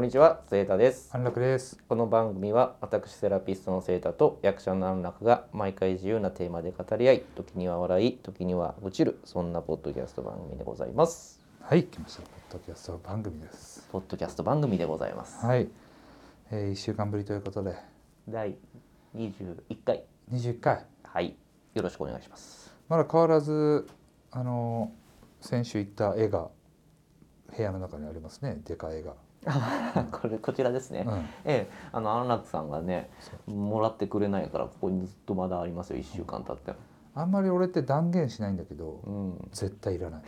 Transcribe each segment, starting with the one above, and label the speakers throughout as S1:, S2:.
S1: にちは、セータです。
S2: 安楽です。
S1: この番組は私セラピストのセータと役者の安楽が毎回自由なテーマで語り合い、時には笑い、時には愚痴る、そんなポッドキャスト番組でございます。
S2: はい、来ました。ポッドキャスト番組です。
S1: ポッドキャスト番組でございます。
S2: はい、えー、1週間ぶりということで
S1: 第21回、
S2: 21回
S1: はい、よろしくお願いします。
S2: まだ変わらずあのー先週行った絵が部屋の中にありますね。でかい絵が。
S1: これこちらですね。
S2: うん。
S1: ええ、あの安楽さんがね
S2: そう
S1: もらってくれないからここにずっとまだありますよ1週間経っても、
S2: あんまり俺って断言しないんだけど、
S1: うん、
S2: 絶対いらない。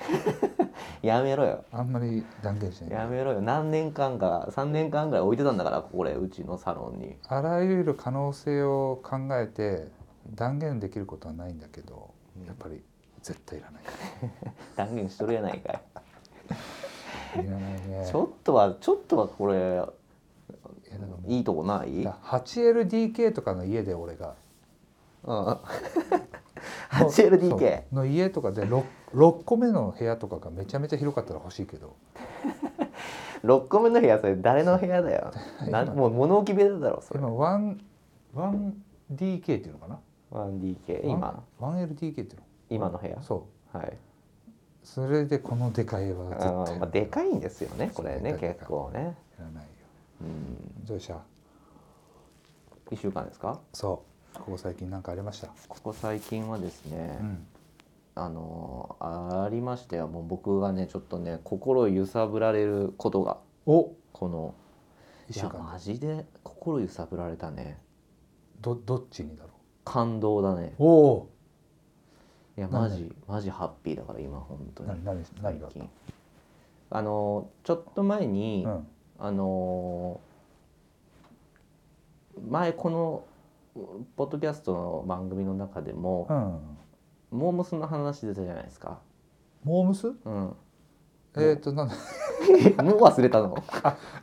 S1: やめろよ
S2: あんまり断言しない。
S1: やめろよ何年間か3年間ぐらい置いてたんだからこれうちのサロン に
S2: あらゆる可能性を考えて断言できることはないんだけど、
S1: うん
S2: やっぱり絶対いらない。
S1: 断言しとるやないかい、
S2: いらないね。
S1: ちょっとはちょっとはこれ
S2: いやだからもう
S1: いいとこない
S2: だから 8LDK とかの家で俺が
S1: うん、
S2: そう
S1: 8LDK
S2: の家とかで 6, 六個目の部屋とかがめちゃめちゃ広かったら欲しいけど
S1: 6個目の部屋それ誰の部屋だよな
S2: 今
S1: もう物置部屋だろそれ
S2: 今 1- 1DK っていうのかな
S1: 1DK 今
S2: 1LDK っていう
S1: 今の部屋
S2: のそ
S1: はい、
S2: うそれでこのでかい絵は絶
S1: あー
S2: 対
S1: まあ、でかいんですよねこれね
S2: そうでかい
S1: 結構ね、
S2: いらないよ
S1: うん、
S2: どうでした
S1: 1週間ですか
S2: そうここ最近なんかありました
S1: ここ最近はですね、
S2: うん
S1: あのーありましたよもう僕がねちょっとね心揺さぶられることが
S2: お
S1: この
S2: 一
S1: い
S2: 週
S1: や
S2: 間
S1: マジで心揺さぶられたね
S2: どどっちにだろ
S1: 感動だね
S2: うおお
S1: いや
S2: な
S1: マ
S2: んで
S1: ジマジハッピーだから今本当に
S2: 何何何
S1: 最
S2: があった
S1: 近あのーちょっと前に、
S2: うん
S1: あのー前このポッドキャストの番組の中で
S2: う
S1: も、
S2: ん
S1: モームスの話出たじゃないですか
S2: モームス
S1: うん
S2: えっとなんだ
S1: もう忘れたの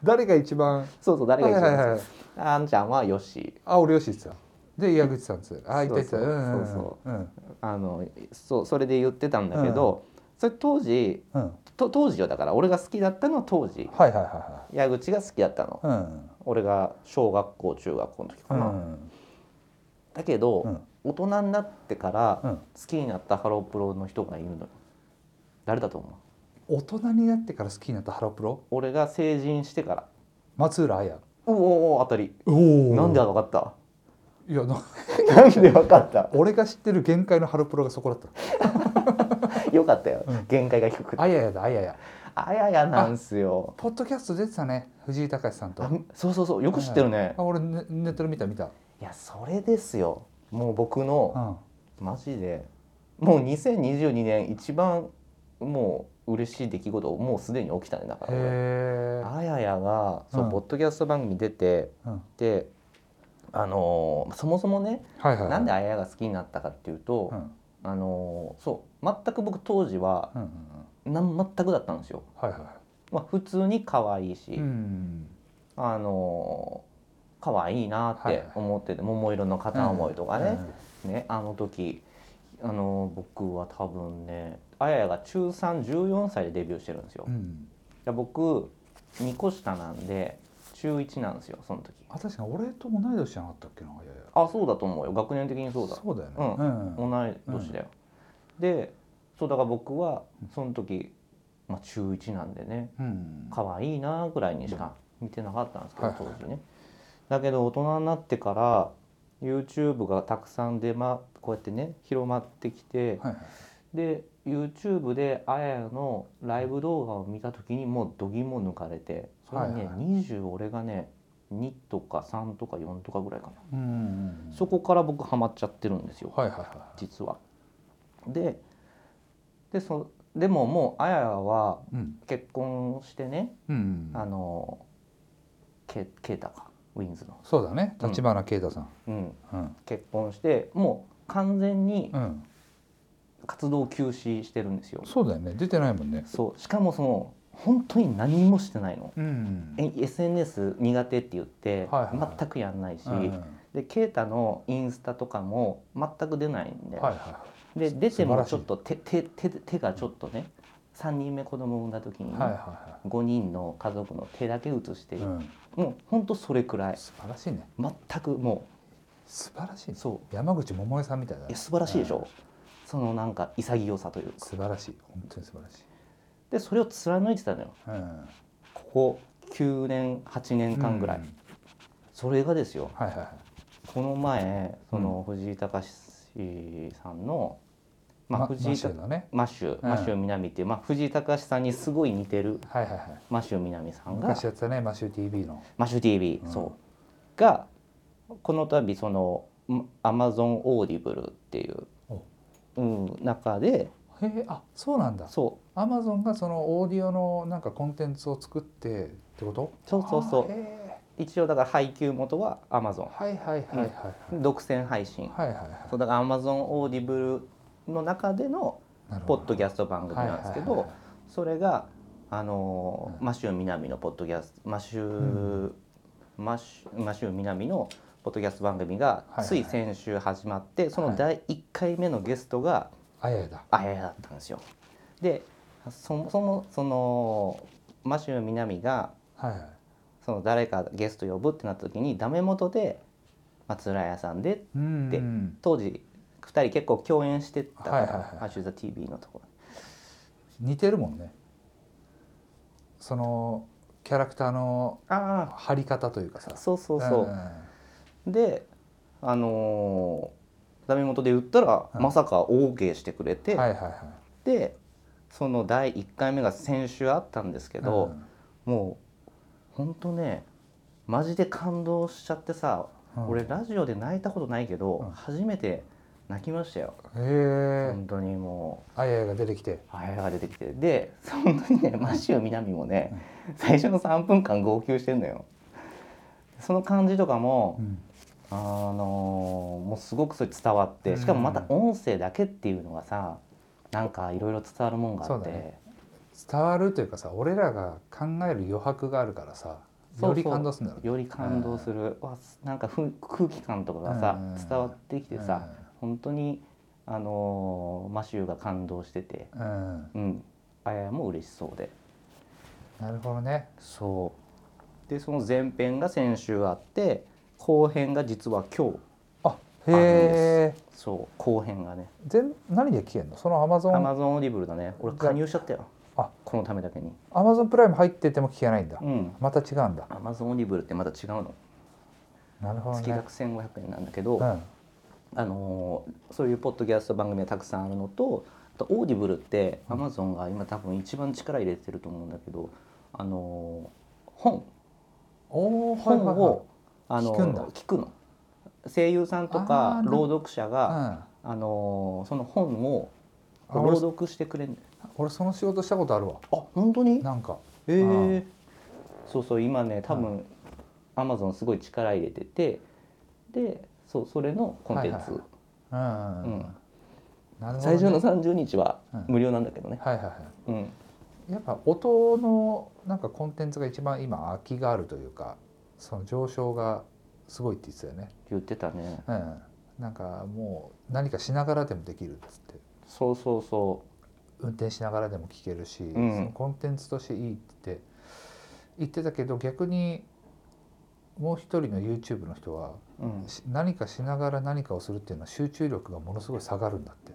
S2: 誰が一番
S1: そうそう誰が一
S2: は
S1: 番
S2: いはいはい
S1: あんちゃんはよし
S2: あ、俺よしさん。で、矢口さんつ。あ、いたいた。
S1: そううんそう
S2: うん
S1: そう
S2: うん。うん
S1: あのそうそれで言ってたんだけど、それ当時
S2: うん。
S1: と当時よだから俺が好きだったのは当時
S2: はいはいは
S1: 矢口が好きだったの
S2: いは
S1: 俺が小学校中学校の時
S2: い。う
S1: かな、
S2: ん。うん。
S1: だけど、
S2: うん
S1: 大人になってから
S2: うん
S1: 好きになったハロープロの人がいるのよ誰だと思う
S2: 大人になってから好きになったハロプロ
S1: 俺が成人してから
S2: 松浦綾。
S1: うおお当たり
S2: お
S1: なんで
S2: だ。
S1: 分かった
S2: いや、な
S1: なんで分かった
S2: 俺が知ってる限界のハロプロがそこだった。
S1: よかったよ、
S2: うん
S1: 限界が低くて
S2: あややだ、あやや。
S1: あややなんすよ
S2: ポッドキャスト出てたね、藤井隆さんと
S1: あ。そうそうそうよく知ってるね、
S2: あ、俺ネネットで見た見た。
S1: いやそれですよもう僕
S2: う
S1: の
S2: ん。
S1: マジでもう2022年一番もう嬉しい出来事もうすでに起きたねだから俺
S2: へえ。
S1: あややがそう、
S2: うん
S1: ポッドキャスト番組出て
S2: うん。
S1: であのーそもそもね、
S2: はいはいはい。
S1: なんであややが好きになったかっていうと、
S2: うん。うん
S1: あのーそう全く僕当時は
S2: うんうん。
S1: なん全くだったんですよ。
S2: はいは
S1: まあ、普通に可愛いし、
S2: い。うん。
S1: あのー可愛いなっ
S2: はいは
S1: て
S2: い
S1: 思ってて、桃色の片思いとかね、
S2: うん。
S1: ねあの時あの僕は多分ねあややが中314歳でデビューしてるんですよ、
S2: う
S1: い
S2: ん。
S1: や僕2個下なんで中1なんですよその時
S2: あ、確かに俺と同い年じゃなかったっけな、あやや。
S1: あそうだと思うよ学年的にそうだ
S2: そうだよね。
S1: うん
S2: うん
S1: 同い年だよ、でそうだから僕はその時、まあ、中1なんでね
S2: うん
S1: 可愛いなぐらいにしか見てなかったんですけど、
S2: はいはいはい
S1: 当時ねだけど大人になってから YouTube がたくさん出まこうやってね広まってきて、
S2: はいはい
S1: で YouTube であややのライブ動画を見た時にもう度肝抜かれてそれにね、
S2: はいはい
S1: 20俺がね2とか3とか4とかぐらいかな、
S2: うんうんうん
S1: そこから僕ハマっちゃってるんですよ、
S2: はいはいは
S1: 実は。ででそでももうあややはい
S2: うん
S1: 結婚してね、
S2: うん
S1: あのケケイタかウィンズの、
S2: そうだね立花慶太さん
S1: うん、
S2: うん
S1: 結婚してもう完全に
S2: うん
S1: 活動休止してるんですよ。
S2: そうだよね出てないもんね
S1: そうしかもその本当に何もしてないの。
S2: うん
S1: え SNS 苦手って言って、
S2: はいはい
S1: 全くやんないし、
S2: うんうん
S1: でケイタのインスタとかも全く出ないんで、
S2: はいは
S1: で出て
S2: 素晴
S1: も
S2: らしい
S1: ちょっと手手手手がちょっとね3人目子供を産んだ時に
S2: はいは
S1: 5人の家族の手だけ写して
S2: いはい、
S1: る、
S2: うん、
S1: もうほんとそれくらい
S2: 素晴らしいね
S1: 全くも
S2: 素晴らしいうね
S1: そ
S2: 山口百恵さんみたいだ
S1: うい
S2: ね
S1: や素晴らしいでしょ、
S2: うん
S1: そのなんか潔さというか
S2: 素晴らしい本当に素晴らしい、
S1: でそれを貫いてたのよ
S2: うん、
S1: ここ9年8年間ぐらい、
S2: うん
S1: それがですよ
S2: はいはいはい
S1: この前そ
S2: うん
S1: の藤井隆さんの、まあ、
S2: ま
S1: 藤井
S2: マシ
S1: た
S2: ューのね
S1: マシュー
S2: うん
S1: マシュー南っていう、まあ、藤井隆さんにすごい似てる
S2: はいはいはい
S1: マシュー南さんが
S2: 昔やってたねマシュー TV の
S1: マシュー TV、
S2: うん
S1: そうがこの度そのアマゾンオーディブルっていう、うん、中で
S2: へえあそうなんだ
S1: そ
S2: アマゾンがそのオーディオのなんかコンテンツを作ってってこと
S1: そうそうそう
S2: あーへ
S1: う一応だから配給元はアマゾ
S2: ーはいはいはいはい
S1: ン独占配信
S2: はいはいはいはい
S1: そうだからアマゾンオーディブルの中での
S2: なる
S1: ポ
S2: ほど
S1: ッドキャスト番組なんですけど、
S2: はいはいはい
S1: それがあのー
S2: うん
S1: マシュー南のポッドキャストマシュー、マシュマシュー南のポッドキャスト番組が
S2: はいはい
S1: つい先週始まって、その第1回目のゲストが
S2: あややだ
S1: あややだったんですよ。でそもそもそのマシュー南が
S2: はいはい
S1: その誰かゲスト呼ぶってなった時にダメ元で松浦屋さんで
S2: うん
S1: で
S2: うん
S1: 当時2人結構共演してたから
S2: はいはいはい
S1: マシューザ TV のところ
S2: 似てるもんねそのキャラクターの
S1: あ
S2: 張り方というかさ
S1: あそうそうそう、であのーダメ元で言ったら、
S2: うん
S1: まさか OK してくれて、
S2: んはいはいはい
S1: でその第1回目が先週あったんですけど、もうほんとねマジで感動しちゃってさ、
S2: うん
S1: 俺ラジオで泣いたことないけど、
S2: うん
S1: 初めて泣きましたよ、
S2: うんへえ
S1: 本当にもう
S2: あややが出てきて
S1: あやが出てきてでその時ねマシュー南もね、最初の3分間号泣してんのよその感じとかも、
S2: うん
S1: あのーもうすごくそれ伝わってしかもまた音声だけっていうのがさなんかいろいろ伝わるもんがあ
S2: そ
S1: っ
S2: う
S1: て、
S2: だね伝わるというかさ俺らが考える余白があるからさ
S1: そうそう
S2: より感動するんだろうね
S1: より感動する、わなんかふ空気感とかがさ、
S2: うん
S1: 伝わってきてさ、本当に、あのーマシューが感動してて、
S2: うんうん
S1: うん、あややも嬉しそうで
S2: なるほどね
S1: そうでその前編が先週あって後編が実は今日
S2: あ
S1: あるん
S2: へえ
S1: そう後編がね
S2: 全何で聞けんのそのアマゾ
S1: ア
S2: ン
S1: マゾンオーディブルだね俺
S2: じゃあ
S1: 加入しちゃったよ
S2: あ
S1: このためだけに
S2: アマゾンプライム入ってても聞けないんだ
S1: うん
S2: また違うんだ
S1: アマゾンオーディブルってまた違うの
S2: なるほど
S1: 月
S2: ね
S1: 額1500円なんだけ
S2: う
S1: ど、
S2: んは
S1: あのーそういうポッドキャスト番組がたくさんあるのとあとオーディブルってアマゾンが今多分一番力入れてると思うんだけどあのー本
S2: おーはい
S1: 本
S2: はいはい
S1: をあのー
S2: 聞くんだ
S1: 聞くの声優さんと
S2: あ
S1: か
S2: ーな
S1: 朗読者
S2: うん
S1: が
S2: あ
S1: あのーその本を朗
S2: 俺
S1: 読してくれる
S2: 俺その仕事したことあるわ
S1: あ本当に
S2: なんか
S1: ええそうそう今ね多分アマゾンすごい力入れててでそうそれのコンテンツ、
S2: はいはいうんうんう
S1: うん
S2: んなるほどね
S1: 最初の30日は
S2: うん
S1: 無料なんだけどね、
S2: はいはいは
S1: うん
S2: いやっぱ音のなんかコンテンツが一番今空きがあるというかその上昇がすごいって言ってたよね
S1: 言ってたね
S2: うんなんかもう何かしながらでもできるっつって
S1: そうそうそ
S2: 運転しながらでも聞けるし、
S1: ん
S2: そのコンテンツとしていいって言ってたけど逆にもう一人の YouTube の人は
S1: う、うん、
S2: し何かしながら何かをするっていうのは集中力がものすごい下がるんだって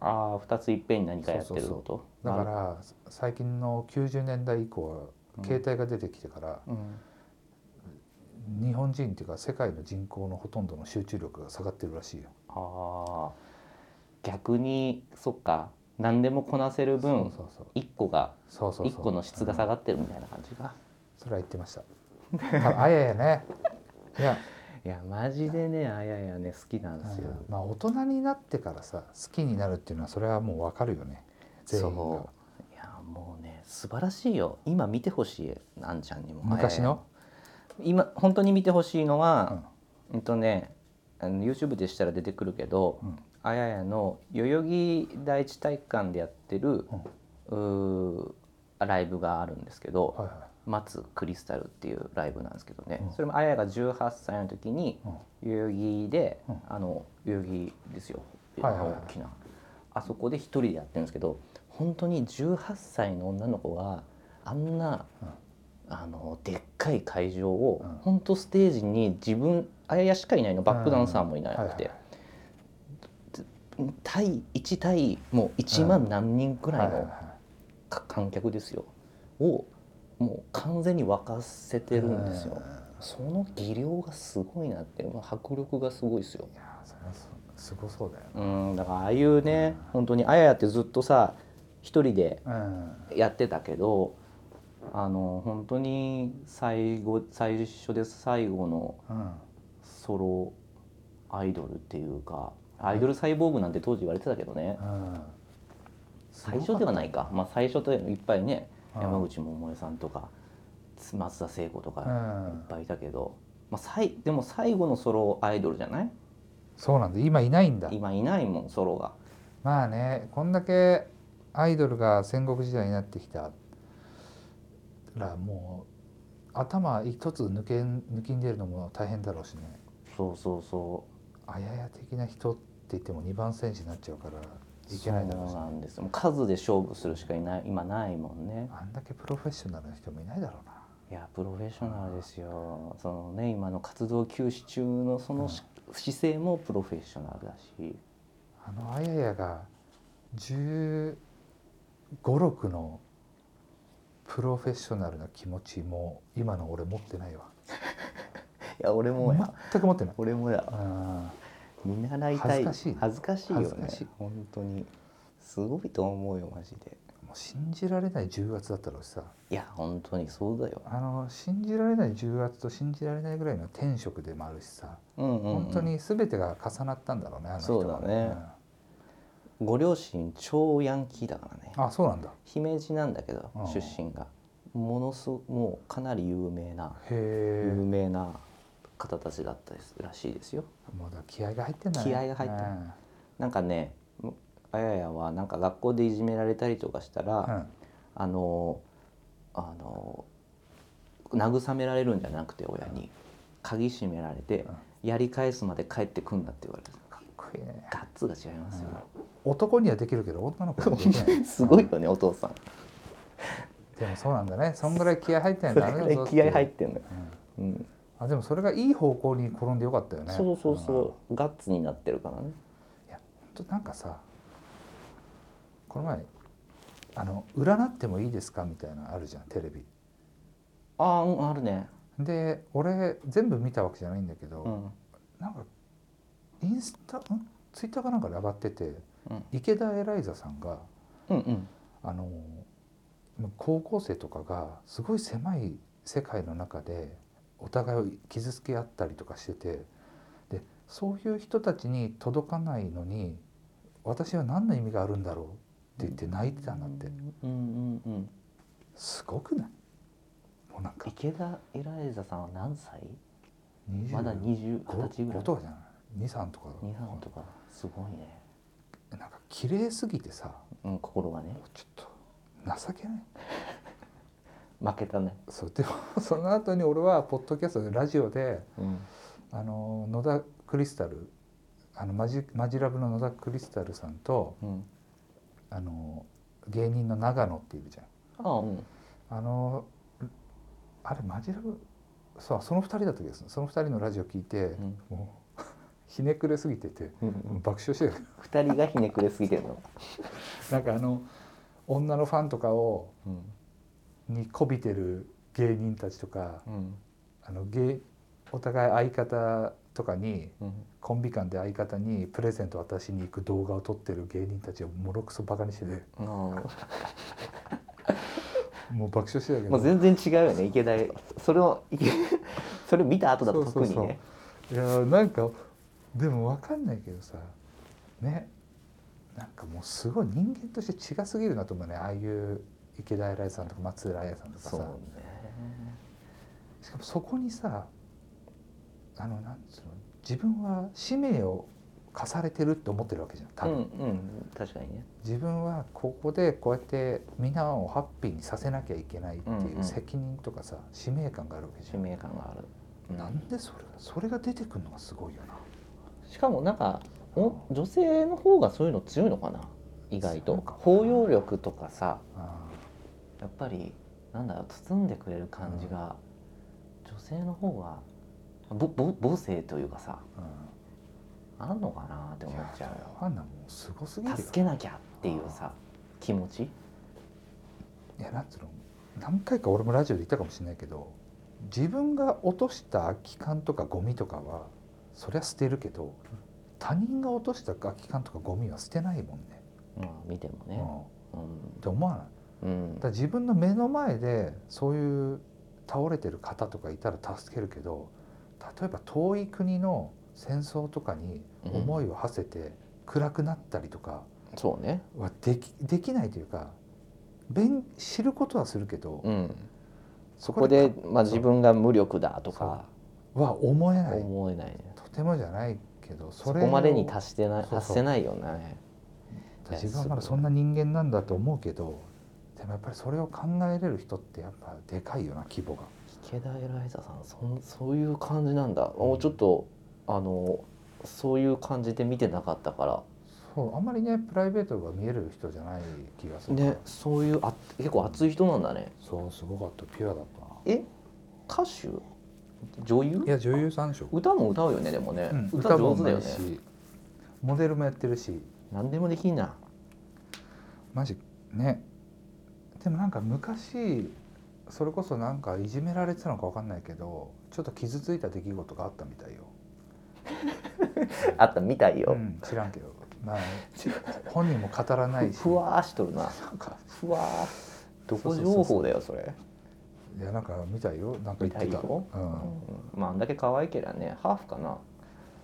S1: ああ2ついっぺんに何かやってるって
S2: そ
S1: こ
S2: うそ
S1: と
S2: だ
S1: な
S2: か
S1: る
S2: ら最近の90年代以降
S1: う
S2: は
S1: ん
S2: 携帯が出てきてから、
S1: うん、
S2: 日本人っていうか世界の人口のほとんどの集中力が下がってるらしいよ。
S1: ああ逆にそっか何でもこなせる分
S2: そうそう
S1: 1個が
S2: そうそうそう
S1: 一個の質が下
S2: うん
S1: がってるみたいな感じか、
S2: それは言ってましたああややねいや
S1: いやマジでねあややね好きなんですよ、
S2: うんまあ大人になってからさ好きになるっていうのはそれはもうわかるよね全員が
S1: そういやもうね素晴らしいよ今見てほしいあんちゃんにも
S2: 昔の、
S1: えー今本当に見てほしいの
S2: うん
S1: は、うんとねあの YouTube でしたら出てくるけど、
S2: うん
S1: あややの代々木第一体育館でやってる、うーライブがあるんですけど、
S2: はいは
S1: 松クリスタルっていうライブなんですけどね、
S2: うん
S1: それもあややが18歳の時に
S2: うん
S1: 代々木で、
S2: うん
S1: あの代々木ですよ、
S2: はいはいはい
S1: 大きなあそこで一人でやってるんですけど本当に18歳の女の子があんな、
S2: うん
S1: あのでっかい会場を、
S2: うん
S1: 本当ステージに自分あややしかいないのバックダンサーもいなくて、対1対もう1万何人く
S2: ぐ
S1: らいのか観客ですよをもう完全に沸かせてるんですよ。その技量がすごいなって、まあ、迫力がすごいですよ。
S2: いやーそれはすすごそうだよね
S1: うん、だからああいうね、本当にあややってずっとさ一人で
S2: うん
S1: やってたけどあの本当に最後最初で最後の
S2: うん
S1: ソロアイドルっていうかアイドルサイボーグなんて当時言われてたけどね
S2: うんすご
S1: 最
S2: かった
S1: 初ではないか、まあ、最初といっぱいね
S2: うん
S1: 山口百恵さんとか松田聖子と
S2: う
S1: かいっ
S2: ん
S1: ぱいいたけど、まあ、最でも最後のソロアイドルじゃない
S2: そうなんだ今いないんだ
S1: 今いないもんソロが。
S2: まあねこんだけアイドルが戦国時代になってきたらもう頭一つ抜けん抜きんでるのも大変だろうしね
S1: そうそうそ
S2: あやや的な人って言っても二番選手になっちゃうから
S1: う
S2: いけないだろうし
S1: そうなんですよもう数で勝負するしかいない今ないもんね
S2: あんだけプロフェッショナルな人もいないだろうない
S1: やプロフェッショナルですよそのね今の活動休止中のそのし、姿勢もプロフェッショナルだし
S2: あのあややが1 5六6のプロフェッショナルな気持ちも今の俺持ってないわ
S1: いや俺もや、
S2: 全く持ってない
S1: 俺もや
S2: う
S1: 見
S2: ん
S1: 習いたい
S2: 恥ずかしい
S1: 恥ずかしいよ
S2: 恥ず
S1: ね
S2: かしい
S1: 本当にすごいと思うよマジで
S2: もう信じられない重圧だったろうしさ
S1: いや本当にそうだよ
S2: あの信じられない重圧と信じられないぐらいの天職でもあるしさ、
S1: うんうん、うん、
S2: 本当に全てが重なったんだろうねあの人は
S1: そうだねご両親超ヤンキーだからね
S2: うんあそうなんだ
S1: 姫路なんだけど
S2: うん
S1: 出身がものすごもうかなり有名な
S2: へ
S1: 有
S2: え
S1: 名な方たちだったですらしいですよ
S2: もうだから気合が入ってんだね
S1: 気合が入ってる
S2: うん
S1: なんかねむあややはなんか学校でいじめられたりとかしたら、
S2: うん
S1: あのあの慰められるんじゃなくて親に鍵閉められて、やり返すまで帰ってくんだって言われて
S2: かっこいいね
S1: ガッツが違いますよ、
S2: 男にはできるけど女の子にはできない
S1: すごいよねお父さん
S2: でもそうなんだねそんぐらい気合入ってない
S1: そ
S2: と
S1: れ
S2: ダメ
S1: ぐ
S2: だ
S1: ら
S2: ぞ
S1: い
S2: って
S1: 気合入ってんのよ、
S2: うん
S1: うん
S2: あでもそれがいい方向に転んでよかったよね
S1: そうそう
S2: うん
S1: そうガッツになってるからね
S2: ちょっとなんかさこの前あの「占ってもいいですか?」みたいなのあるじゃんテレビ。
S1: ああうんあるね
S2: で俺全部見たわけじゃないんだけど、
S1: うん
S2: なんかインスタんツイッターかなんかで上がってて
S1: うん
S2: 池田エライザさんが
S1: うんうん
S2: あの高校生とかがすごい狭い世界の中でお互いを傷つけ合ったりとかしててでそういう人たちに届かないのに私は何の意味があるんだろうって言って泣いてたんだって。
S1: うんうんうん
S2: すごくないもうなんか
S1: 池田エライザさんは何歳
S2: 20
S1: まだ二十二十歳ぐら
S2: 5
S1: い
S2: とかじゃない23とか
S1: 二三とかすごいね
S2: なんか綺麗すぎてさ
S1: うん心がね
S2: ちょっと情けない
S1: 負けたね
S2: そうでもその後に俺はポッドキャストでラジオで
S1: うん
S2: あの野田クリスタルあのマジマジラブの野田クリスタルさんと
S1: うん
S2: あの芸人の長野っているじゃん
S1: ああうん
S2: あのあれマジラブそうその2人だった気がするその2人のラジオ聞いて、
S1: ん
S2: もう ひねくれすぎてて
S1: うんうん
S2: 爆笑してる
S1: 二人がひねくれすぎてるの
S2: なんかあの女のファンとかを
S1: うん
S2: に媚びてる芸人たちとか
S1: うん
S2: あの芸お互い相方とかに
S1: うん
S2: コンビ間で相方にプレゼント渡しに行く動画を撮ってる芸人たちをもろくそバカにし てて
S1: ああ
S2: もう爆笑してたけど、
S1: もう全然違うよね池田エそれを池 それ見た後だと特に
S2: そうそう
S1: ね
S2: いやーなんかでも分かんないけどさねなんかもうすごい人間として違すぎるなと思うねああいう池田エライさんとか松浦綾さんとかさ。
S1: そうね
S2: しかもそこにさあのなんつうの自分は使命を課されてるって思ってるわけじゃん多
S1: うん
S2: 分、
S1: うん確かにね
S2: 自分はここでこうやってみんなをハッピーにさせなきゃいけないって
S1: うん
S2: い
S1: うん
S2: う責任とかさ、使命感があるわけじ
S1: 使
S2: ゃん、
S1: 命感があるうん
S2: なんでそれそれが出てくるのがすごいよな
S1: しかもなんかお女性の方がそういうの強いのかな意外
S2: そ
S1: と
S2: うかもな
S1: 包容力とかさ
S2: あ
S1: やっぱりなんだろう包んでくれる感じが、女性の方がぼぼ母性というかさ
S2: ー
S1: あんのかなって
S2: うん、い
S1: 思
S2: や
S1: っちゃう
S2: ファンナもうすごすぎる
S1: よ
S2: よ
S1: 助けなきゃっていうさ気持ち
S2: いやなんつうの何回か俺もラジオで言ったかもしれないけど自分が落とした空き缶とかゴミとかはそりゃ捨てるけど他人が落とした空き缶とかゴミは捨てないもんね。
S1: まあ見ても
S2: う
S1: ね、
S2: ん、っ
S1: うん
S2: て思わない。
S1: うん
S2: だから自分の目の前でそういう倒れてる方とかいたら助けるけど例えば遠い国の戦争とかに思いを馳せて暗くなったりとか
S1: そうね
S2: はできできないというか勉知ることはするけど、
S1: うん
S2: そ
S1: そこで、まあ、自分が無力だとか
S2: は思えない
S1: 思えないね、
S2: とてもじゃないけど
S1: そ
S2: れを
S1: こまでに達してない
S2: そうそう
S1: 達せないよね
S2: 自分はまだそんな人間なんだと思うけどでもやっぱりそれを考えれる人ってやっぱでかいよな規模が。
S1: 池田エライザさんそんそういう感じなんだ、もうちょっとあのそういう感じで見てなかったか
S2: そうあんまりねプライベートが見える人じゃない気がす
S1: ら
S2: る
S1: ねそういうあ結構熱い人なんだね
S2: そうすごかったピュアだったな
S1: え歌手女優
S2: いや女優さんでしょ、
S1: 歌も歌うよねでもね、
S2: うん
S1: 歌上手だよ
S2: 歌もうま
S1: ね
S2: いしモデルもやってるし
S1: 何でもできんな
S2: マジねでもなんか昔それこそなんかいじめられてたのかわかんないけどちょっと傷ついた出来事があったみたいよ、
S1: あったみたいよ、
S2: うん、知らんけど、まあ、本人も語らないし
S1: ふわーしとるな
S2: なんか
S1: ふわーどこ情報だよそれ
S2: いやなんか見たよなんか言って
S1: 見た
S2: た
S1: よ
S2: うん、
S1: うんまああんだけ可愛いけりゃねハーフかな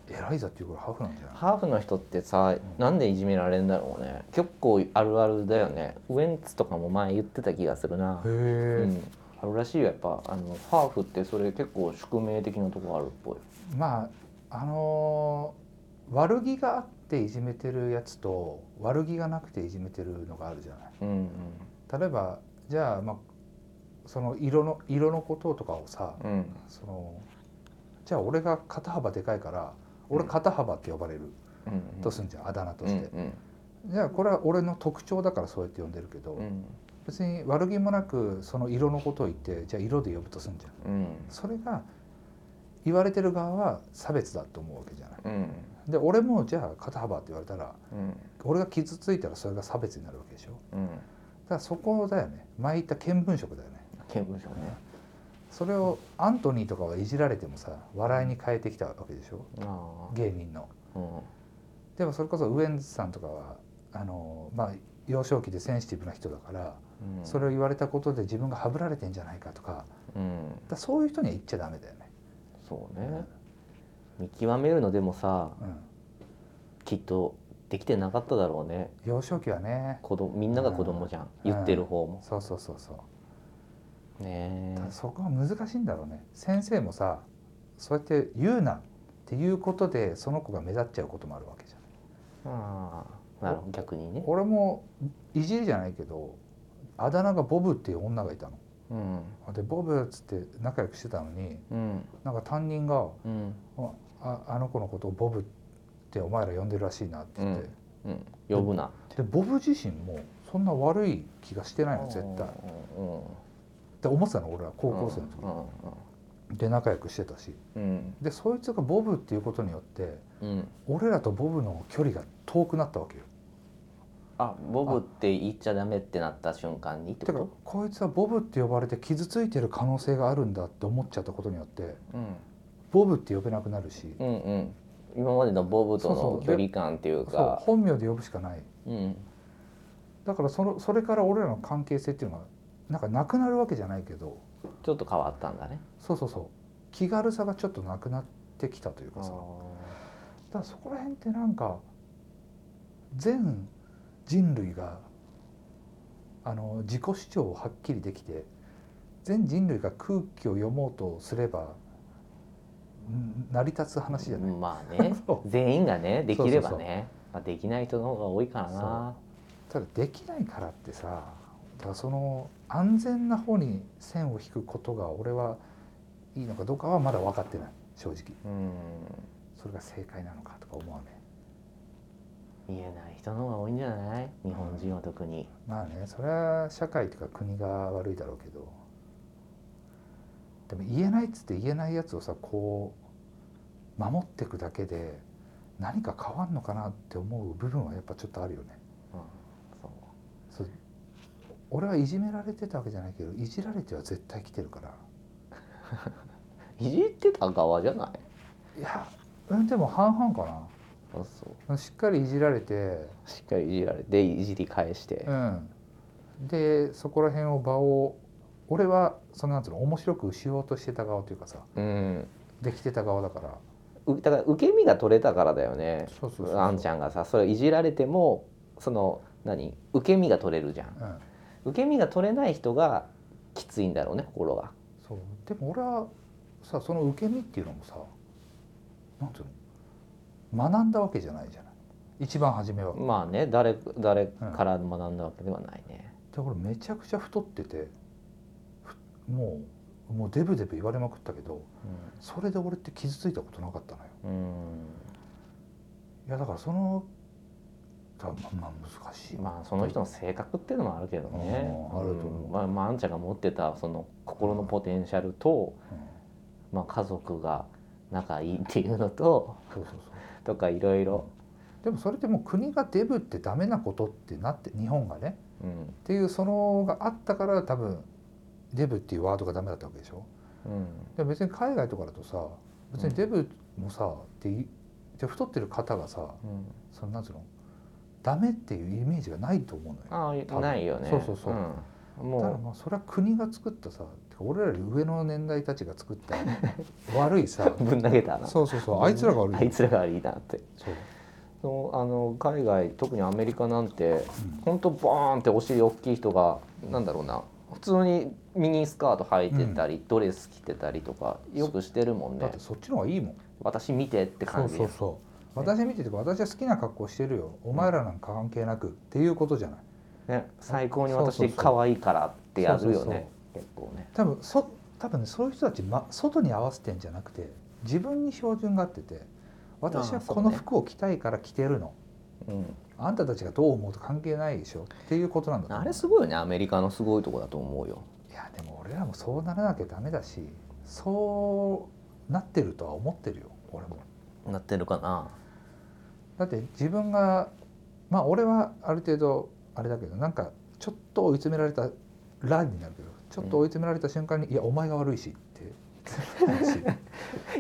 S2: エライザっていうからハーフなんじゃない
S1: ハーフの人ってさなんでいじめられんだろうね結構あるあるだよねウエンツとかも前言ってた気がするな
S2: へえ、
S1: うんあるらしいよやっぱあのハーフってそれ結構宿命的なとこあるっぽい
S2: まああのー悪気があっていじめてるやつと悪気がなくていじめてるのがあるじゃな
S1: うん
S2: い例えばじゃあ、まあ、その色の色のこととかをさ、
S1: うんうん
S2: そのじゃあ俺が肩幅でかいから俺肩幅って呼ばれる
S1: うん
S2: とすんじゃんあだ名と
S1: うん
S2: して、
S1: うん
S2: じゃあこれは俺の特徴だからそうやって呼んでるけど、
S1: うん
S2: 別に悪気もなくその色のことを言ってじゃあ色で呼ぶとすんじゃん
S1: うん
S2: それが言われてる側は差別だと思うわけじゃない
S1: うん
S2: で俺もじゃあ肩幅って言われたら
S1: うん
S2: 俺が傷ついたらそれが差別になるわけでしょだ
S1: うん
S2: からそこだよね前言った見聞色だよね
S1: 刑務所ね
S2: それをアントニーとかはいじられてもさ笑いに変えてきたわけでしょ
S1: あ
S2: 芸人の
S1: あうん
S2: でもそれこそウエンズさんとかはあのまあ幼少期でセンシティブな人だから
S1: うん
S2: それを言われたことで自分がハブられてんじゃないかとかだか
S1: うん
S2: らそういう人には言っちゃダメだよね、
S1: そうね見極めるのでもさ
S2: うん、
S1: きっとできてなかっただろうね
S2: 幼少期はね
S1: 子供みんなが子供じゃん言ってる方も
S2: そうそうそうそう
S1: ねえ
S2: ただそこは難しいんだろうね先生もさそうやって言うなっていうことでその子が目立っちゃうこともあるわけじゃん
S1: ああなるほど逆にね
S2: 俺もいじりじゃないけどあだ名がボブっていう女がいたの
S1: うん
S2: でボブっつって仲良くしてたのに
S1: うん
S2: なんか担任が
S1: うん
S2: 「ああの子のことをボブってお前ら呼んでるらしいな」って言って、
S1: うん呼ぶな
S2: でボブ自身もそんな悪い気がしてないの絶対
S1: うんうん
S2: って思ってたの俺は高校生の時、で仲良くしてたし
S1: うんうん
S2: でそいつがボブっていうことによって
S1: うん
S2: 俺らとボブの距離が遠くなったわけよ。
S1: あボブって言っちゃダメってなった瞬間にって
S2: て
S1: こ
S2: か
S1: と
S2: こいつはボブって呼ばれて傷ついてる可能性があるんだって思っちゃったことによって
S1: うん
S2: ボブって呼べなくなるし、
S1: うんうん今までのボブと
S2: そう
S1: の
S2: そう
S1: 距離感っていう
S2: そう
S1: か
S2: 本名で呼ぶしかない
S1: うん
S2: だからそのそれから俺らの関係性っていうのがなんかなくなるわけじゃないけど
S1: ちょっと変わったんだね
S2: そうそうそう気軽さがちょっとなくなってきたという
S1: あ
S2: か
S1: あ
S2: さだからそこら辺ってなんか全人類があの自己主張をはっきりできて全人類が空気を読もうとすればん成り立つ話じゃない、
S1: まあね
S2: そう
S1: 全員がねできれば
S2: そうそう
S1: ねまあできない人の方が多いからな
S2: ただできないからってさだからその安全な方に線を引くことが俺はいいのかどうかはまだ分かってない正直
S1: うん
S2: それが正解なのかとか思わね
S1: 言えない人の方が多いんじゃない日本人は特に
S2: まあねそれは社会というか国が悪いだろうけどでも言えないっつって言えないやつをさこう守っていくだけで何か変わんのかなって思う部分はやっぱちょっとあるよね。
S1: うんそう
S2: そう俺はいじめられてたわけじゃないけどいじられては絶対来てるから
S1: いじってた側じゃない
S2: いやうんでも半々か
S1: あそう
S2: なしっかりいじられて
S1: しっかりいじられていじり返して
S2: うんでそこら辺を場を俺はそのなんつうの面白くしようとしてた側というかさ
S1: うん
S2: できてた側だから
S1: うだから受け身が取れたからだよね
S2: そうそうそうそう
S1: あんちゃんがさそれいじられてもその何受け身が取れるじゃん
S2: うん
S1: 受け身が取れない人がきついんだろうね心が
S2: そうでも俺はさその受け身っていうのもさなんつうの学んだわけじゃないじゃない一番初めは
S1: まあね誰誰から学んだわけではないね、
S2: で俺めちゃくちゃ太っててふもうもうデブデブ言われまくったけどそれで俺って傷ついたことなかったのよ
S1: うん
S2: いやだからそのだままあ難しい、
S1: まあその人の性格っていうのもあるけどね
S2: うんあると思うん
S1: まあ、まああんちゃんが持ってたその心のポテンシャルと、
S2: うん
S1: まあ、家族が仲いいっていうのと
S2: そうそうそう
S1: とかいろいろ
S2: でもそれでもう国がデブってダメなことってなって日本がね
S1: うん
S2: っていうそのがあったから多分デブっていうワードがダメだったわけでしょ
S1: うん
S2: でも別に海外とかだとさ別にデブもさ、っていじゃあ太ってる方がさ
S1: うん
S2: そのなんつうのダメっていうイメージがないと思うのよ
S1: あ
S2: 多
S1: あ
S2: 分
S1: ないよね
S2: そうそうそう
S1: うん
S2: だから
S1: も
S2: まあそれは国が作ったさてか俺らより上の年代たちが作った 悪いさ
S1: うぶん投げたな
S2: そうそうそうあいつらが悪い
S1: あいつらが悪いなって
S2: そう、
S1: そのあの海外特にアメリカなんて
S2: うん
S1: 本当ボーンってお尻大きい人がなんだろうな普通にミニスカート履いてたり、ドレス着てたりとかよくしてるもん
S2: だっ
S1: ね
S2: てそっちの方がいいもん
S1: 私見てって
S2: そ
S1: 感
S2: う
S1: じ
S2: そうそう私見てて私は好きな格好してるよお前らなんか関係なくっていうことじゃない
S1: ね、最高に
S2: そう
S1: 私
S2: そうそう
S1: 可愛いからってやるよ
S2: そうそうそう
S1: ね結構ね
S2: 多分そ多分ねそういう人たち、ま、外に合わせてんじゃなくて自分に標準があってて私
S1: あ
S2: は
S1: あそう
S2: こ
S1: ね
S2: の服を着たいから着てるの
S1: うん
S2: あんたたちがどう思うと関係ないでしょっていうことなんだと思う
S1: あれすごいよねアメリカのすごいとこだと思うよ
S2: いやでも俺らもそうならなきゃダメだしそうなってるとは思ってるよ俺も
S1: なってるか な
S2: だって自分がまあ俺はある程度あれだけどなんかちょっと追い詰められたらになるけどちょっと追い詰められた瞬間に「いやお前が悪いし」 ってなるし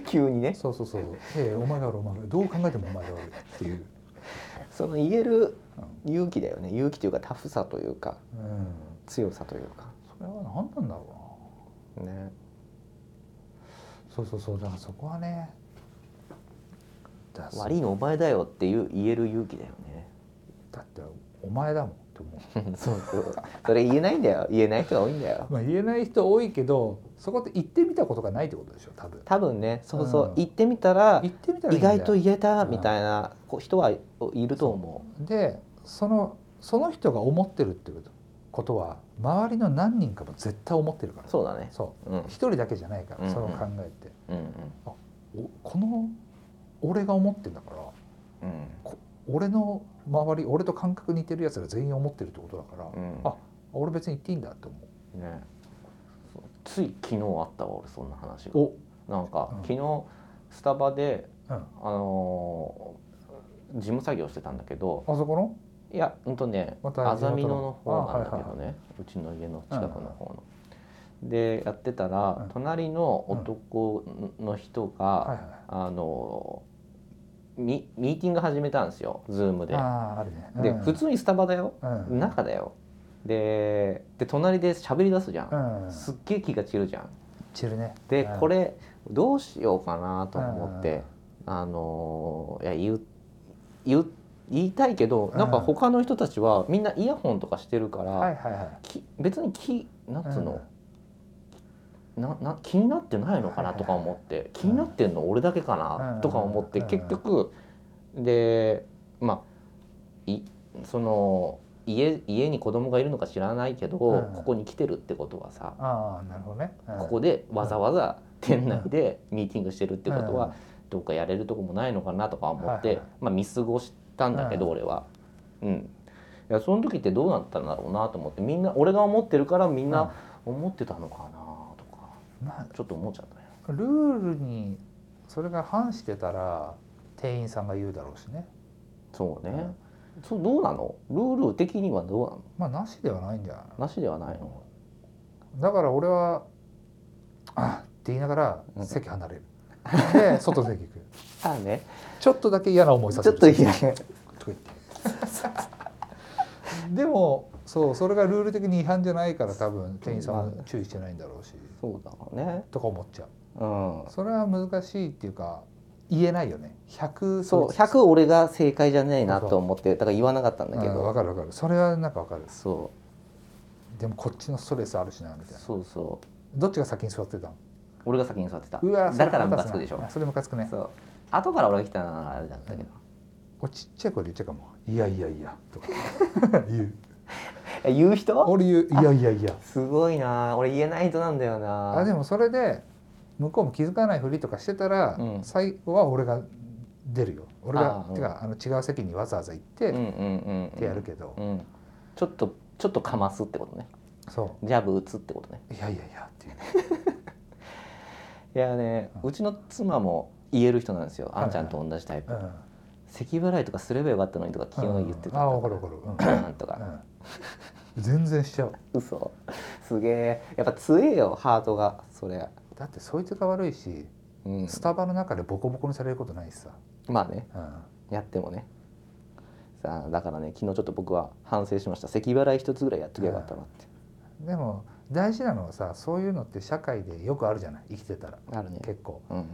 S1: 急にね
S2: そうそうそう「ええお前が悪いお前が悪いどう考えてもお前が悪い」っていう、
S1: その言える勇気だよね勇気というかタフさというか
S2: うんうん、
S1: 強さというか
S2: それは何なんだろうな
S1: ね
S2: そうそうそうだからそこはねだそう
S1: 悪いのお前だよっていう言える勇気だよね
S2: だってお前だもんって思う。
S1: そうそうそれ言えないんだよ言えない人が多いんだよ
S2: まあ、言えない人多いけどそこって行ってみたことがないってことでしょ多分
S1: 多分ねそうそう、
S2: うん
S1: 言ってみたら
S2: 行ってみたらい
S1: 意
S2: いんだよ
S1: 外と言えた
S2: うん
S1: みたいなこう人はいると思
S2: でそのその人が思ってるってことことは周りの何人かも絶対思ってるから
S1: うそうだね
S2: そ
S1: うん
S2: う一人だけじゃないか
S1: うんう
S2: ら
S1: ん
S2: その考えって、
S1: うん
S2: おこの俺が思ってんだから
S1: うんうん
S2: 俺の周り俺と感覚似てるやつら全員思ってるってことだから、
S1: うん
S2: あ俺別に行っていいんだって思う
S1: ねそうつい昨日あったわ俺そんな話が
S2: お、
S1: なんか、
S2: うん
S1: 昨日スタバで
S2: うん、あ
S1: あのー事務作業してたんだけど
S2: そこの
S1: いやほんとね
S2: また
S1: 安曇野の方なんだけ
S2: あ
S1: ど
S2: はい
S1: ねうちの家の近くの方の。でやってたら、
S2: うん
S1: 隣の男の人が、
S2: はいは
S1: あのミミーティング始めたんですよ Zoom
S2: い
S1: で。
S2: ああーあるね
S1: で
S2: うん
S1: 普通にスタバだよ
S2: うん
S1: 中だよ。でで隣で喋り出すじゃん。
S2: うん
S1: すっげえ気が散るじゃん。
S2: 散るね
S1: で
S2: うん
S1: これどうしようかなと思ってあのいや言う言う言いたいけどなんか
S2: うん
S1: 他の人たちはみんなイヤホンとかしてるから、
S2: はいはいはい
S1: き別に気なんつうの、なな気になってないのかなとか思って、気になってんの俺だけか
S2: う
S1: なんとか思って、
S2: うん
S1: 結局でまあいその家家に子供がいるのか知らないけど、
S2: うん
S1: ここに来てるってことはさ、
S2: ああなるほどね、うん
S1: ここでわざわざ店内でミーティングしてるってことは、どっかやれるとこもないのかなとか思って、
S2: はいはい
S1: まあ、見過ごし
S3: ったんだけど、
S2: うん
S3: 俺は。うん、いやその時ってどうなったんだろうなと思ってみんな俺が思ってるからみんな思ってたのかなとか
S2: まあ
S3: ちょっと思っちゃったね。
S2: ルールにそれが反してたら店員さんが言うだろうしね
S3: そうね、そうどうなのルール的にはどうなの
S2: まあなしではないんじゃない
S3: なしではないの
S2: だから俺は「あっ」って言いながら
S3: うん
S2: 席離 れる、で外席行く
S3: ああね
S2: ちょっとだけ嫌な思いさ
S3: ち
S2: せ
S3: ょっ
S2: る
S3: といやね
S2: とか言ってでもそうそれがルール的に違反じゃないから多分店員さんも注意してないんだろうし
S3: そうだろうね
S2: とか思っちゃう
S3: うん
S2: それは難しいっていうか言えないよね100
S3: そう100俺が正解じゃねえなと思ってだから言わなかったんだけ
S2: うんわ
S3: ど
S2: かるわかるそれはなんかわかる
S3: そ
S2: でもこっちのストレスあるしなみ
S3: う
S2: たいな
S3: そうそ
S2: どっちが先に座ってたの
S1: う俺が先に座ってた
S2: うわそれ
S1: だからムカ
S2: 腹
S1: つ
S2: 立つな
S1: くでしょ
S2: あそれムカつくね
S1: そう後から俺が来たのはあれだったけど、
S2: おちっちゃい声で言っちゃうかも「いやいやいや」 とか言う
S1: え言う人
S2: 俺言う「いやいやいや
S1: すごいな俺言えない人なんだよ」な
S2: あでもそれで向こうも気づかないふりとかしてたら、
S1: うん
S2: 最後は俺が出るよ俺が
S1: あー
S2: てかあの違う席にわざわざ行って、
S1: う
S2: っ
S1: んうんうん、うん、
S2: てやるけど、
S1: うん、ちょっとちょっとかますってことね
S2: そ
S1: ジャブ打つってことね
S2: う「いやいやいや」っていう
S1: いやね、うちの妻も言える人なんですよ、あんちゃんと同じタイプ、
S2: うん
S1: 咳払いとかすればよかったのにとか昨日言ってた、
S2: ああ分かる分かる、うん
S1: なんとか、
S2: うん全然しちゃう
S1: 嘘すげえやっぱ強えよハートがそれ、
S2: だってそいつが悪いし
S1: うん、
S2: スタバの中でボコボコにされることないしさ、
S1: まあね
S2: うん、
S1: やってもねさあだからね昨日ちょっと僕は反省しました咳払い一つぐらいやっとけばよかったなって、
S2: でも大事なのはさそういうのって社会でよくあるじゃない生きてたら
S1: あるね
S2: 結構
S1: うん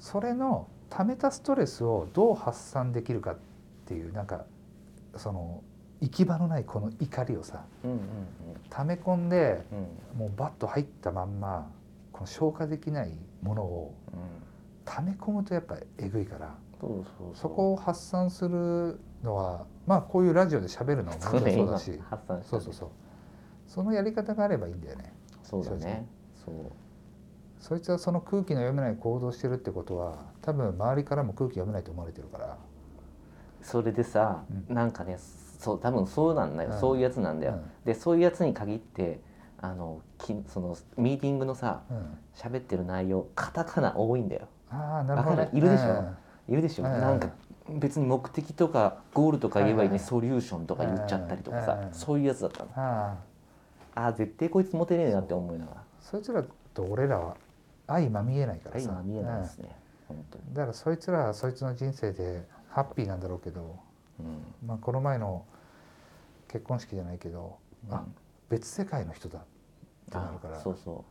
S2: それの溜めたストレスをどう発散できるかっていうなんかその行き場のないこの怒りをさ
S1: うんうん
S2: 溜め込んで
S1: うんうん
S2: もうバッと入ったまんまこの消化できないものを溜め込むとやっぱえぐいから
S1: そうそうう
S2: そこを発散するのはまあこういうラジオで喋るのももちろんそうだし
S1: 今発散した
S2: そうそうそうそのやり方があればいいんだよね。
S1: そうだねそう
S2: そいつはその空気の読めない行動をしてるってことは多分周りからも空気読めないと思われてるから、
S1: それでさ、
S2: う
S1: なんかねそう多分そうなんだよ、
S2: うん
S1: そういうやつなんだよ、でそういうやつに限ってあのきそのミーティングのさ
S2: うんうん
S1: 喋ってる内容カタカナ多いんだよ
S2: ああなるほど、
S1: わ
S2: ね
S1: か、るいるでしょ
S2: うん
S1: いるでしょ、
S2: うん
S1: なんか別に目的とかゴールとか言えばいいのに、
S2: うん
S1: ソリューションとか言っちゃったりとかさ、
S2: うん
S1: そういうやつだったの
S2: ああ
S1: あー絶対こいつモテねえなって思いながら
S2: そいつらと俺らは相まみえないからさ、
S1: 今見えないですね、本当に、
S2: うんだからそいつらはそいつの人生でハッピーなんだろうけど、
S1: うん
S2: まあ、この前の結婚式じゃないけど、あ別世界の人だってな
S1: あ
S2: るから
S1: そうそ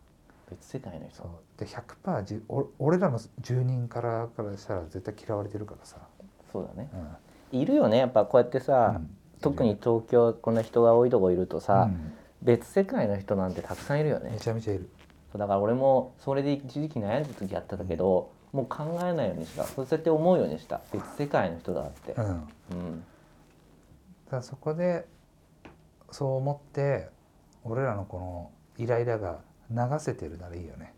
S1: う別世界の人
S2: そうで100%じお俺らの住人からからしたら絶対嫌われてるからさ、
S1: そうだね
S2: うん
S1: いるよねやっぱこうやってさ、
S2: うん
S1: 特に東京こんな人が多いとこいるとさ、
S2: うん
S1: 別世界の人なんてたくさんいるよね
S2: めちゃめちゃいる。
S1: そうだから俺もそれで一時期悩んだ時やってたけど、もう考えないようにしたそうやって思うようにした別世界の人だって
S2: う、ん
S1: うん
S2: だからそこでそう思って俺らのこのイライラが流せてるならいいよね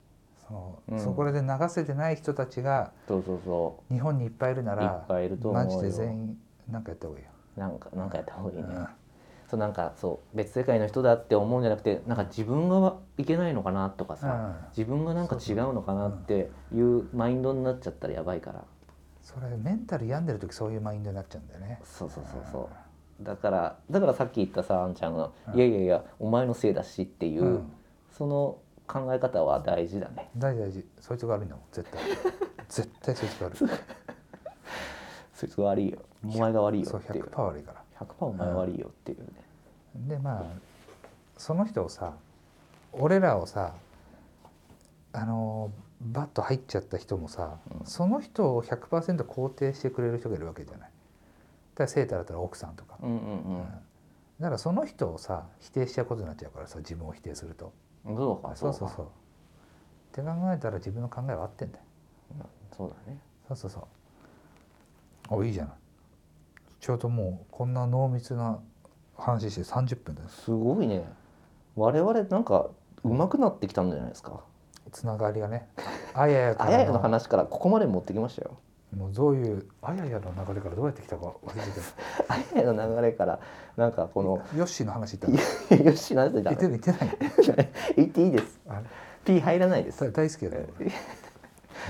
S2: その、
S1: うん
S2: そこで流せてない人たちが
S1: そうそうそ
S2: 日本にいっぱいいるなら
S1: いっぱいいると思うよ
S2: マジで全員なんかやった方がいいよ、
S1: うなんかなんかやった方がいいね、
S2: うん
S1: そうなんかそう別世界の人だって思うんじゃなくてなんか自分がいけないのかなとかさ、
S2: うん
S1: 自分がなんか違うのかなっていうマインドになっちゃったらやばいから
S2: それメンタル病んでる時そういうマインドになっちゃうんだよね
S1: そうそうそうそうだからだからさっき言ったさあんちゃんの「いやいやいやお前のせいだし」っていう、
S2: うん
S1: その考え方は大事だね
S2: 大事大事そいつが悪いんだもん絶対 絶対そいつが悪い
S1: そいつが悪いよお前が悪いよ
S2: そう
S1: っていう
S2: 100%悪いから
S1: 100%お前が悪いよっていうね、
S2: でまあその人をさ俺らをさあのーバッと入っちゃった人もさ、
S1: うん
S2: その人を100%肯定してくれる人がいるわけじゃない。だからセーターだったら奥さんとか、
S1: うん、うんうん
S2: だからその人をさ否定しちゃうことになっちゃうからさ自分を否定すると
S1: そうか
S2: そうそう
S1: か
S2: そう。って考えたら自分の考えは合ってんだよ。
S1: うんそうだね
S2: そうそうそう。おいいじゃない。ちょうどもうこんな濃密な話して30分です。
S1: すごいね我々なんか上手くなってきたんじゃないですか
S2: つながりがね。あややか
S1: あ
S2: ら
S1: ややの話からここまで持ってきましたよ
S2: もうどういうあややの流れからどうやってきたか忘れて
S1: あやの流れからなんかこの
S2: たヨッシーの話いったの
S1: 「
S2: 言
S1: よし何でだ
S2: っ」てる言ってない
S1: 言っていいです
S2: あれ」
S1: 「ピー入らないです
S2: そ」れ大好きだよ俺め
S1: も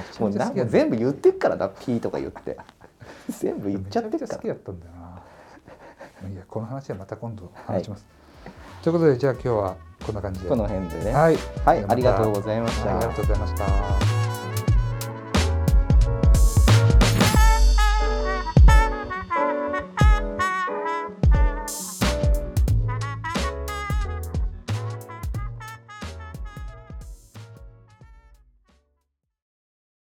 S1: う
S2: ちゃめち
S1: な
S2: ゃ好き
S1: もう
S2: やった
S1: 全部言ってっからだ「ピー」とか言って全部言っちゃって
S2: め
S1: る
S2: ちゃめちゃ
S1: か
S2: 好
S1: ら
S2: きだったんだよないやこの話はまた今度話します、ということでじゃあ今日はこんな感じで
S1: この辺でね
S2: はい、
S1: はい
S2: じゃあまた
S1: ありがとうございました
S2: ありがとうございました